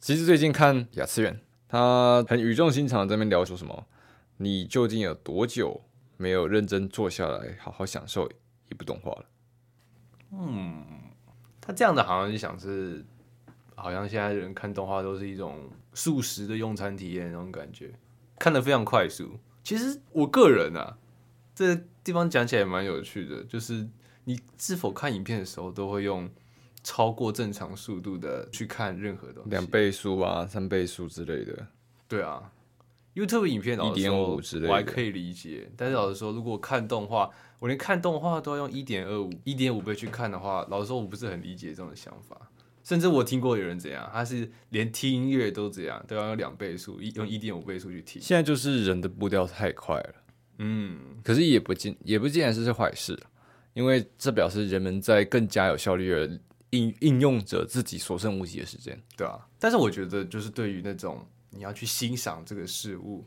其实最近看亚次元，他很语重心长地在那边聊说什么，你究竟有多久没有认真坐下来好好享受一部动画了？他这样的好像就想是，好像现在人看动画都是一种速食的用餐体验那种感觉，看得非常快速。其实我个人啊，这地方讲起来也蛮有趣的，就是你是否看影片的时候都会用超过正常速度的去看任何东西，两倍速啊，三倍速之类的，对啊，YouTube 影片老实说1.5之类的我还可以理解，但是老实说，如果看动画，我连看动画都要用一点二五、一点五倍去看的话，老实说，我不是很理解这种想法。甚至我听过有人怎样，他是连听音乐都这样，都要用两倍速，一用一点五倍速去听。现在就是人的步调太快了。嗯，可是也不尽也不尽然是是坏事，因为这表示人们在更加有效率的应应用着自己所剩无几的时间。对啊。但是我觉得，就是对于那种你要去欣赏这个事物，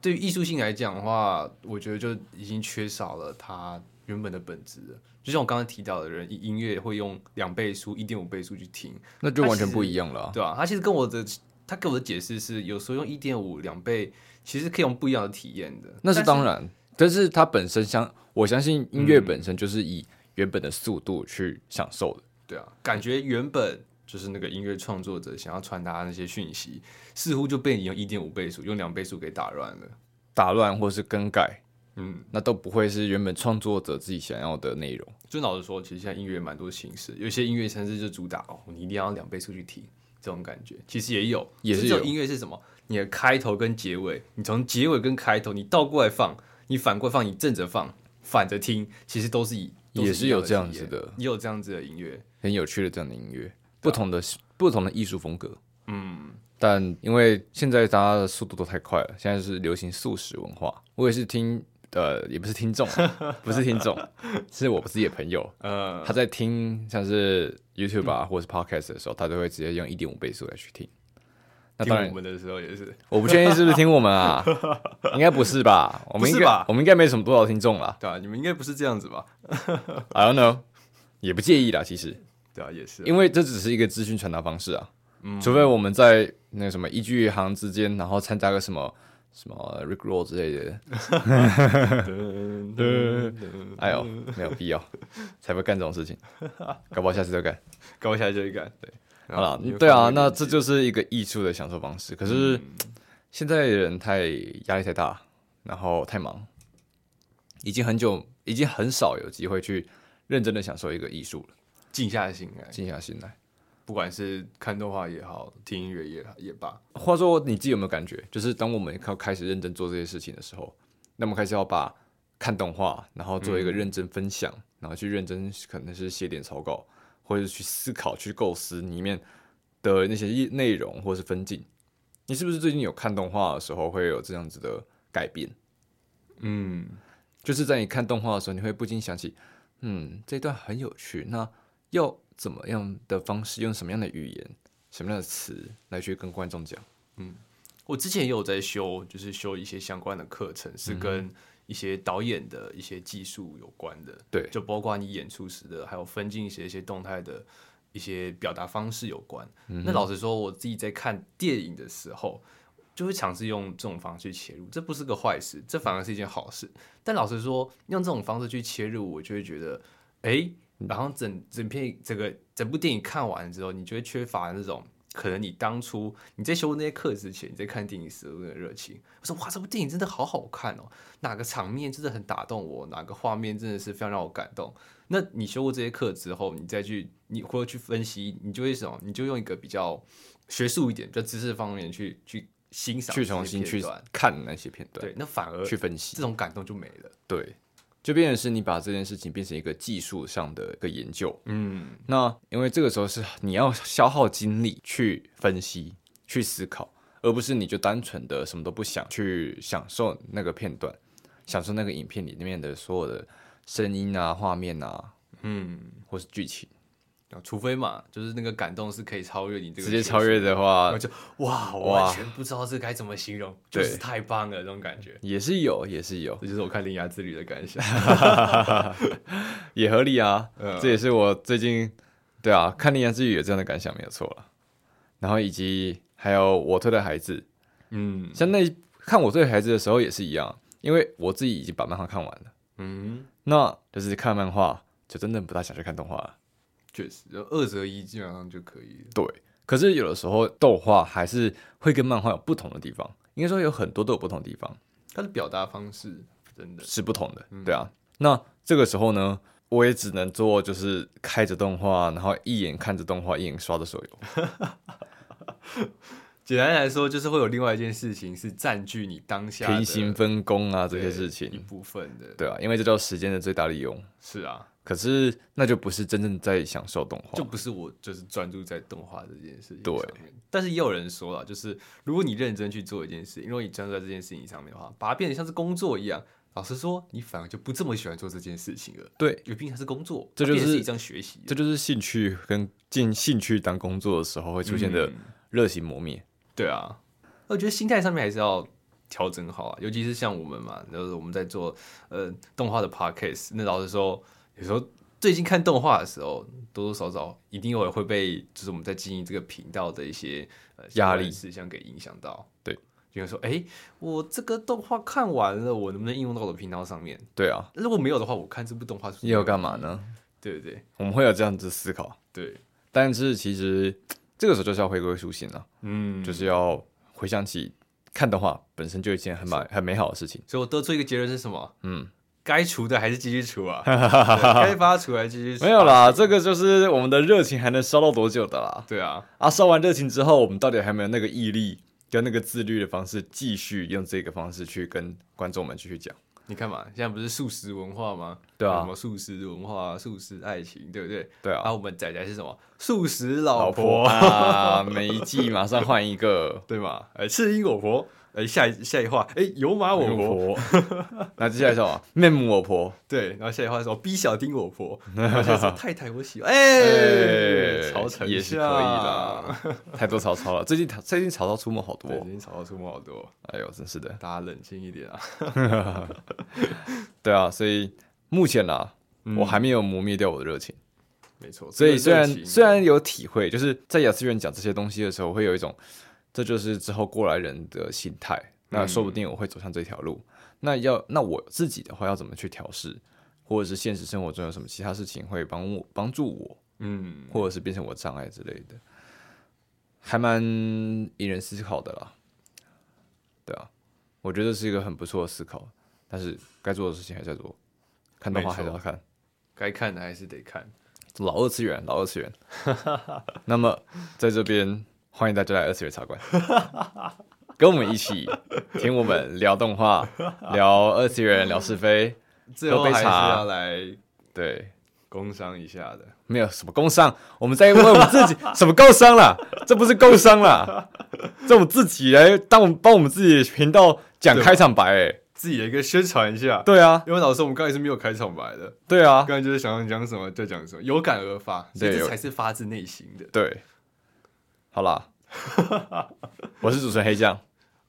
对于艺术性来讲的话，我觉得就已经缺少了它原本的本质了。就像我刚刚提到的人，音音乐会用两倍速、一点五倍速去听，那就完全不一样了啊、对啊，他其实跟我的他给我的解释是，有时候用一点五两倍，其实可以用不一样的体验的。那是嗯但当然，但是它本身相我相信音乐本身就是以原本的速度去享受的。对啊，感觉原本就是那个音乐创作者想要传达的那些讯息，似乎就被你用一点五倍速、用两倍速给打乱了。打乱或是更改，嗯，那都不会是原本创作者自己想要的内容。就老实说，其实现在音乐蛮多形式，有些音乐甚至就主打哦，你一定要用两倍速去听这种感觉，其实也有，也是只这有种音乐是什么？你的开头跟结尾，你从结尾跟开头，你倒过来放，你反过来放，你正着放，反着听，其实都是以都也是有这样一子的体验，的，也有这样子的音乐。很有趣的这样的音乐，啊不同的不同的艺术风格。嗯，但因为现在大家的速度都太快了，现在是流行素食文化。我也是听，呃，也不是听众啊， 不是听众，是我自己的朋友，呃，他在听像是 YouTube 啊、或是 Podcast 的时候，他都会直接用一点五倍速来去听。那听当然我，们的时候也是，我不确定是不是听我们啊， 应该不是吧？我们应不是该吧我们应该没什么多少听众啦对啊，你们应该不是这样子吧？ ，I don't know，也不介意啦，其实。对啊，嗯也是啊、因为这只是一个资讯传达方式啊。除非我们在那个什么一句行之间，然后掺杂个什么什么 Rick Roll 之类的，嗯哎呦，没有必要，才不会干这种事情，搞不好下次再干。高下就一感，对，好了你有，嗯对啊，看过那个这就是一个艺术的享受方式。可是现在的人太压力太大，然后太忙，已经很久，已经很少有机会去认真的享受一个艺术了，静下心来，静下心来。不管是看动画也好，听音乐也好也罢，话说你自己有没有感觉，就是当我们要开始认真做这些事情的时候，那么开始要把看动画，然后做一个认真分享，然后去认真可能是写点草稿，或者是去思考、去构思里面的那些意内容或是分镜。你是不是最近有看动画的时候会有这样子的改变？嗯，就是在你看动画的时候，你会不禁想起，嗯，这段很有趣，那要怎么样的方式，用什么样的语言、什么样的词来去跟观众讲？我之前也有在修，就是修一些相关的课程，是跟一些导演的一些技术有关的，对就包括你演出时的，还有分镜时的一些动态的一些表达方式有关。那老实说，我自己在看电影的时候，就会尝试用这种方式去切入，这不是个坏事，这反而是一件好事。但老实说，用这种方式去切入，我就会觉得，哎、嗯然后整整片整个整部电影看完之后，你就会缺乏那种可能你当初你在修那些课之前，你在看电影时候的热情。我说哇，这部电影真的好好看哦，哪个场面真的很打动我，哪个画面真的是非常让我感动。那你修过这些课之后，你再去你或者去分析，你就会什么？你就用一个比较学术一点、比较知识方面去去欣赏这去些片重段、新去看那些片段，对，那反而去分析，这种感动就没了。对，就变成是你把这件事情变成一个技术上的一个研究。嗯，那因为这个时候是你要消耗精力去分析、去思考，而不是你就单纯的什么都不想去享受那个片段，享受那个影片里面的所有的声音啊、画面啊，嗯，或是剧情。啊除非嘛，就是那个感动是可以超越你这个直接学超越的话我，就哇，我哇完全不知道这该怎么形容，就对是太棒了，这种感觉。也是有，也是有。这就是我看《铃芽之旅》的感想。也合理啊，嗯这也是我最近对啊看《铃芽之语》有这样的感想，没有错了。然后以及还有我推的孩子，嗯像那一看我对孩子的时候也是一样，因为我自己已经把漫画看完了，嗯，那就是看漫画就真的不大想去看动画了。确实，二择一基本上就可以了。对，可是有的时候动画还是会跟漫画有不同的地方，应该说有很多都有不同的地方它的表达方式真的，是不同的，嗯对啊。那这个时候呢，我也只能做就是开着动画，然后一眼看着动画，一眼刷着手游。简单来说，就是会有另外一件事情是占据你当下的平行分工啊这对些事一情，部分的。对啊，因为这叫时间的最大利用。是啊，可是那就不是真正在享受动画就，不是我就是专注在动画这件事情哦对上面。但是也有人说了，就是如果你认真去做一件事，如果你专注在这件事情上面的话，把它变得像是工作一样，老实说，你反而就不这么喜欢做这件事情了。对，因为毕竟它是工作，这它变就成是一项学习了。这就是兴趣跟进兴趣当工作的时候会出现的嗯热情磨灭。对啊，我觉得心态上面还是要调整好啊，尤其是像我们嘛，就是我们在做呃动画的 podcast，那老实说，有时候最近看动画的时候，多多少少一定会会被就是我们在经营这个频道的一些呃压相关力事项给影响到。对，就会说，哎、我这个动画看完了，我能不能应用到我的频道上面？对啊，如果没有的话，我看这部动画是不是要干嘛呢？对对我们会有这样子思考，对，但是其实这个时候就是要回归初心了，嗯，就是要回想起看动画本身就一件很美很美好的事情。所以我得出一个结论是什么？嗯，该除的还是继续 除啊，对该发除还是继续除。没有啦，这个就是我们的热情还能烧到多久的啦。对啊，啊，烧完热情之后，我们到底还有没有那个毅力跟那个自律的方式，继续用这个方式去跟观众们继续讲？你看嘛，现在不是素食文化吗？对啊有什么素食文化、啊素食爱情，对不对？对啊啊，我们仔仔是什么？素食老老婆啊，每一季马上换一个。对嘛？哎，吃因我婆，哎，下一下一话，哎，有马我婆，我 婆。那接下来是什么？面目我婆。对，然后下一话是什么？逼小丁 我婆，然后下一话是太太我喜欢，哎，曹丞也是可以啊 啦，太多曹操了。最近最近曹操出没好多对，，已经吵到出毛好多，哎呦，真是的。大家冷静一点啊。对啊，所以目前啦，嗯 我还没有磨灭掉我的热情。没错，所以这虽个热然情虽然有体会，就是在亚次元讲这些东西的时候，会有一种这就是之后过来人的心态。那说不定我会走向这条路。嗯那要那我自己的话，要怎么去调试，或者是现实生活中有什么其他事情会帮我帮助我，嗯，或者是变成我的障碍之类的，还蛮引人思考的啦。对啊，我觉得是一个很不错的思考，但是该做的事情还是要做，看动画还是要看，该看的还是得看。老二次元，老二次元。那么在这边欢迎大家来二次元茶馆， 跟我们一起听我们聊动画，聊二次元，聊是非，最后喝杯还是茶要来对。工商一下的。没有什么工伤，我们在为我们自己什么工伤啦？这不是工伤啦，这我们自己来当我们帮我们自己的频道讲开场白、欸，自己的一个宣传一下。对啊，因为老师，我们刚才是没有开场白的，对啊，刚才就是想讲什么就讲什么，有感而发，所对以这有才是发自内心的。对，好啦，我是主持人黑酱，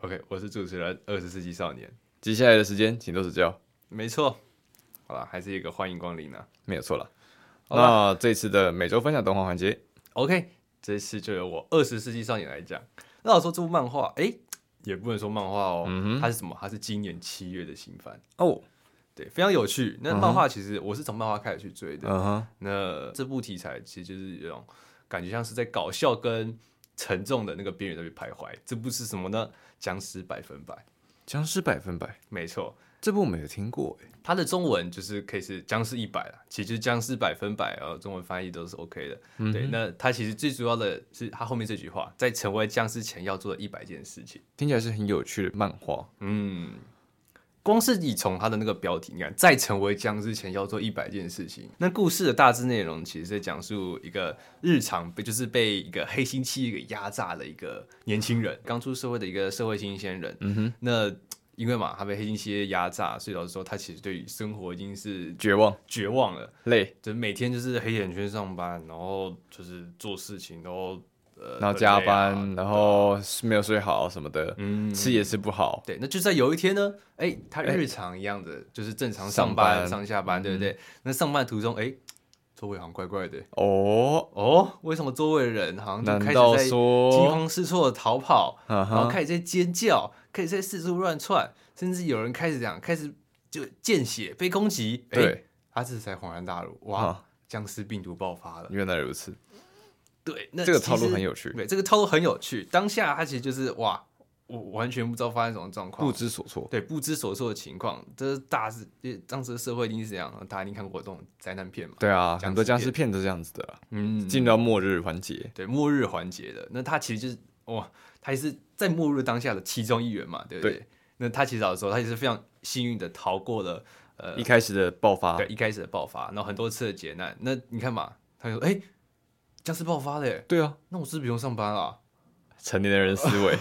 OK，我是主持人二十世纪少年，接下来的时间请多指教，没错。好啦，还是一个欢迎光临啊。没有错了。好那这次的每周分享动画环节， OK，这次就由我二十世纪少年来讲。那我说这部漫画，哎、也不能说漫画哦，它是什么？它是今年七月的新番，哦，对，非常有趣。那漫画其实我是从漫画开始去追的，嗯哼，那这部题材其实就是有种感觉像是在搞笑跟沉重的那个边缘在被徘徊。这部是什么呢？僵尸百分百，僵尸百分百，没错，这部我没有听过、欸，它的中文就是可以是僵尸一百啦，其实就是僵尸百分百，呃，中文翻译都是 OK 的。对，那它其实最主要的是它后面这句话，在成为僵尸前要做的一百件事情。听起来是很有趣的漫画，嗯，光是你从它的那个标题，你看，在成为僵尸前要做一百件事情。那故事的大致内容其实在讲述一个日常被就是被一个黑心企业给压榨的一个年轻人，嗯刚出社会的一个社会新鲜人。嗯哼，那。因为嘛，他被黑心企业压榨，所以老实说，他其实对于生活已经是绝望绝望了。累，就是每天就是黑眼圈上班，然后就是做事情，然后呃，然后加很累啊班，然后没有睡好什么的，嗯吃也吃不好，对，那就在有一天呢，哎、他日常一样的，就是正常上上班、班嗯上下班，对不对？那上班途中，哎、周围好像怪怪的。哦，哦，为什么周围的人好像就难开始道在惊说，慌失措的逃跑，啊然后哈，开始在尖叫，开始在四处乱窜，甚至有人开始这样，开始就见血被攻击。哎，对，他这才恍然大悟，哇啊，僵尸病毒爆发了。原来如此，对，那嗯这个其套路实很有趣，对，这个套路很有趣。当下他其实就是哇，我完全不知道发生什么状况，不知所措。对不知所措的情况，这是大是当时的社会一定是这样，啊大家一定看过这种灾难片嘛，对啊，僵很多尸僵片尸片都是这样子的啦，啊嗯，进入到末日环节。对末日环节的，那他其实就是哇，他也是在末日当下的其中一员嘛，对不对？那他其实的时候，他也是非常幸运的逃过了呃一开始的爆发对，一开始的爆发，然后很多次的劫难。那你看嘛，他就说哎，僵尸爆发了耶，对啊，那我是不是不用上班了？啊成年人思维，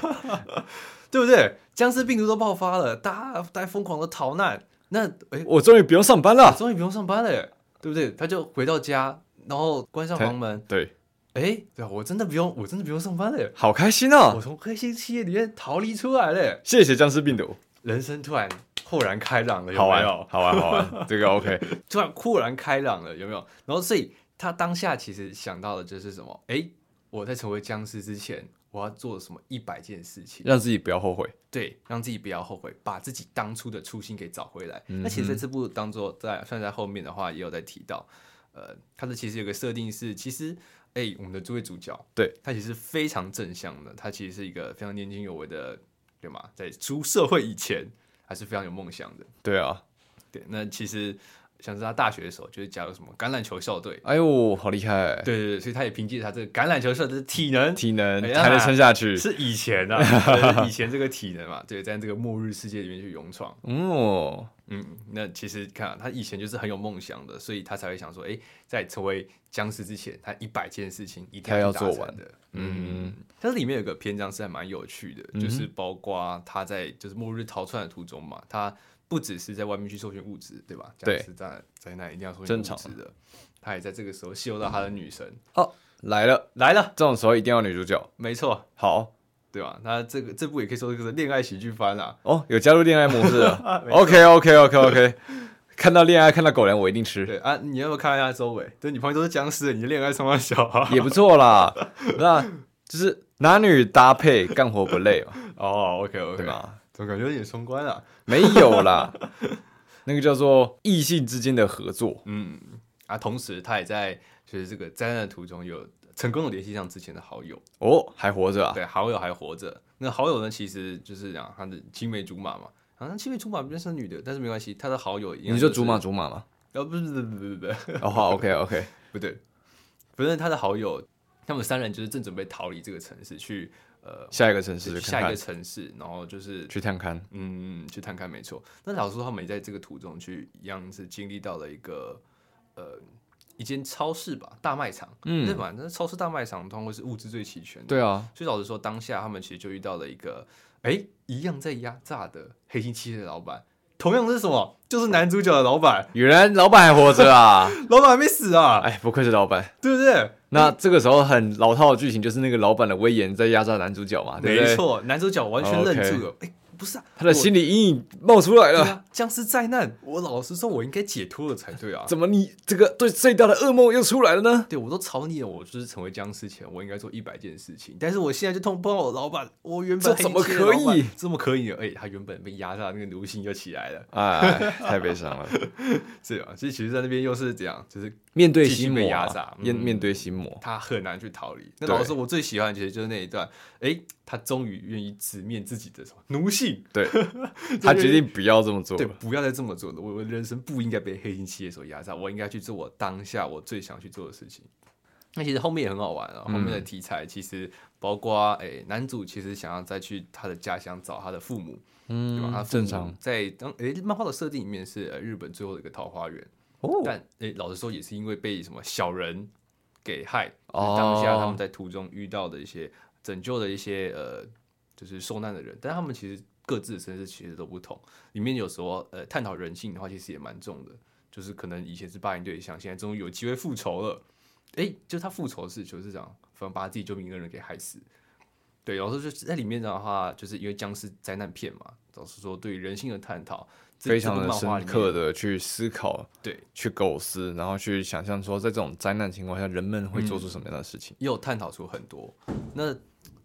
对不对？僵尸病毒都爆发了，大家在疯狂的逃难。那 哎，我终于不用上班我了。啊终于不用上班了耶，对不对？他就回到家，然后关上才房门。对，哎，对啊，我真的不用，我真的不用上班了耶，好开心啊我！从黑心哦企业里面逃离出来了，谢谢僵尸病毒，人生突然豁然开朗了，有好哎没玩哦有？，好玩，好 玩，这个 OK。突然豁然开朗了，有没有？然后所以他当下其实想到的就是什么？哎，我在成为僵尸之前，我要做什么一百件事情？让自己不要后悔。对，让自己不要后悔，把自己当初的初心给找回来。嗯哼那其实在这部当做在算在后面的话，也有在提到，呃，它的其实有个设定是，其实哎、我们的这位主角，对他其实非常正向的，他其实是一个非常年轻有为的，对吗？在出社会以前，还是非常有梦想的。对啊，对，那其实像是他大学的时候，就是加入什么橄榄球校队，哎呦，好厉害！对对对，所以他也凭借他这个橄榄球校队的体能，体能哎呀还能撑下去。是以 前啊，就是以前这个体能嘛，对，在这个末日世界里面去勇闯。哦，嗯，那其实看、啊、他以前就是很有梦想的，所以他才会想说，哎、在成为僵尸之前，他一百件事情一定他要去达做成完的。嗯，但是里面有个篇章是还蛮有趣的，嗯就是包括他在就是末日逃窜的途中嘛，他不只是在外面去搜寻物资，对吧？对僵尸在灾难一定要搜寻物正常资的，他也在这个时候嗅到他的女神、哦，来了，来了，这种时候一定要女主角。没错，好对吧？那这个这部也可以说是个恋爱喜剧番啊啦、哦，有加入恋爱模式 了。OK OK OK OK，看到恋爱看到狗粮我一定吃，对啊，你要不要看一下周围？对，你旁边都是僵尸，你的恋爱上到小啊？也不错啦。那就是男女搭配干活不累 嘛，哦，OK OK，对吧？总感觉有点双关啊。没有啦，那个叫做异性之间的合作。嗯，啊，同时他也在就是这个灾难的途中有成功的联系上之前的好友，哦，还活着啊？对，好友还活着。那好友呢，其实就是讲他的青梅竹马嘛，好像青梅竹马不是女的，但是没关系，他的好友一样你说是竹马？竹马嘛？呃、不是不是不是不是哦，好 OK OK，不对，反正他的好友，他们三人就是正准备逃离这个城市去呃下一个城市去去下看一个看，城市，然后就是去探看。嗯，去探看没错。那老实说，他们也在这个途中去一样是经历到了一个呃一间超市吧，大卖场，嗯对吧？那超市大卖场通常会是物资最齐全的，。对啊，所以老实说，当下他们其实就遇到了一个哎、诶一样在压榨的黑心企业的老板，同样是什么？就是男主角的老板，原来老板还活着啊！老板还没死啊，哎，不愧是老板。对不对？那这个时候很老套的剧情就是那个老板的威严在压榨男主角嘛，对不没对？错，男主角完全愣住了，哎、不是啊，他的我心理阴影冒出来对了。啊，僵尸灾难，我老实说，我应该解脱了才对 啊。怎么你这个对最大的噩梦又出来了呢？对我都吵你了，我就是成为僵尸前，我应该做一百件事情，但是我现在就痛碰我老板，我原本这怎么黑切的老板可以这么可以呢？哎、他原本被压榨的那个奴性又起来了，哎，太悲伤了。是啊，所以其实在那边又是怎样，就是面对继续心被魔压啊榨，面嗯面对心 魔，他很难去逃离。那对老实说，我最喜欢的其实就是那一段，哎、他终于愿意直面自己的什么奴性，对他决定不要这么做对，了。不要再这么做了，我我的人生不应该被黑心企业所压榨，我应该去做我当下我最想去做的事情。那其实后面也很好玩啊、后面嗯的题材其实包括诶、男主其实想要再去他的家乡找他的父母，对吧？他嗯，父正母常在当诶、漫画的设定里面是、呃日本最后的一个桃花源，哦但诶、老实说也是因为被什么小人给害，哦当下他们在途中遇到的一些拯救的一些呃，就是受难的人，但他们其实各自的身世其实都不同。里面有时候呃，探讨人性的话，其实也蛮重的，就是可能以前是霸凌对象，现在终于有机会复仇了。诶，就是他复仇是就是这样，反正把他自己救命的人给害死。对，然后就是在里面的话，就是因为僵尸灾难片嘛，老实说，对于人性的探讨，这非常这的部漫画深里面刻的去思考、对，去构思，然后去想象说，在这种灾难情况下，人们会嗯做出什么样的事情。也有探讨出很多。那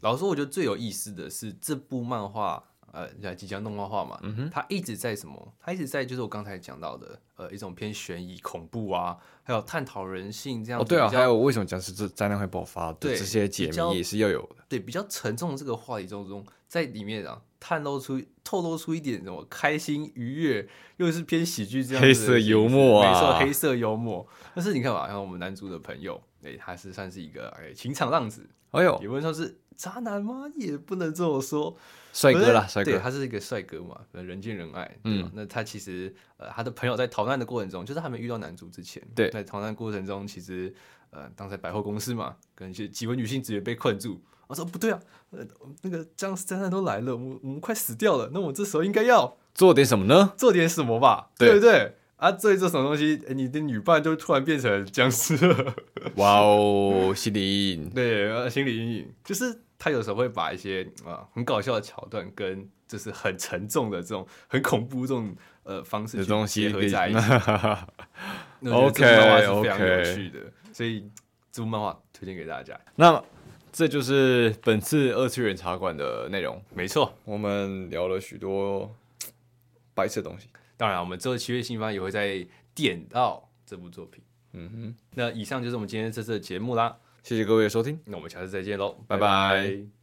老实说，我觉得最有意思的是这部漫画，呃，即将动画化嘛，嗯它一直在什么？它一直在就是我刚才讲到的，呃，一种偏悬疑、恐怖啊，还有探讨人性这样哦，子对啊，比较还有为什么讲是这灾难会爆发的对这些解比较谜也是要有的。对比较沉重的这个话题中中，在里面啊，探露出透露出一点什么开心愉悦，又是偏喜剧这样子的黑色幽默啊没错，黑色幽默。但是你看吧，像我们男主的朋友，哎、他是算是一个哎、情场浪子，哎呦，也不能说是渣男吗？也不能这么说，帅哥啦，可是帅对，哥，他是一个帅哥嘛，人见人爱。嗯嗯，那他其实呃，他的朋友在逃难的过程中，就是还没遇到男主之前，对在逃难过程中，其实呃，当在百货公司嘛，跟一些几位女性职员被困住。我说不对啊，呃，那个僵尸灾难都来了，我们我们快死掉了，那我这时候应该要做点什么呢？做点什么吧，对对不对？啊，做一做什么东西，你的女伴就突然变成僵尸了。哇哦，西 林，对，呃心理阴影就是他有时候会把一些啊、呃很搞笑的桥段跟就是很沉重的这种很恐怖这种呃方式这去东西结合在 一起。那 OK，我觉得这部漫画是非常 OK 有趣的所以这部漫画推荐给大家。那这就是本次二次元茶馆的内容。没错，我们聊了许多白色的东西。当然我们之后七月新番也会再点到这部作品。嗯哼，那以上就是我们今天这次的节目啦，谢谢各位的收听。那我们下次再见喽，拜拜拜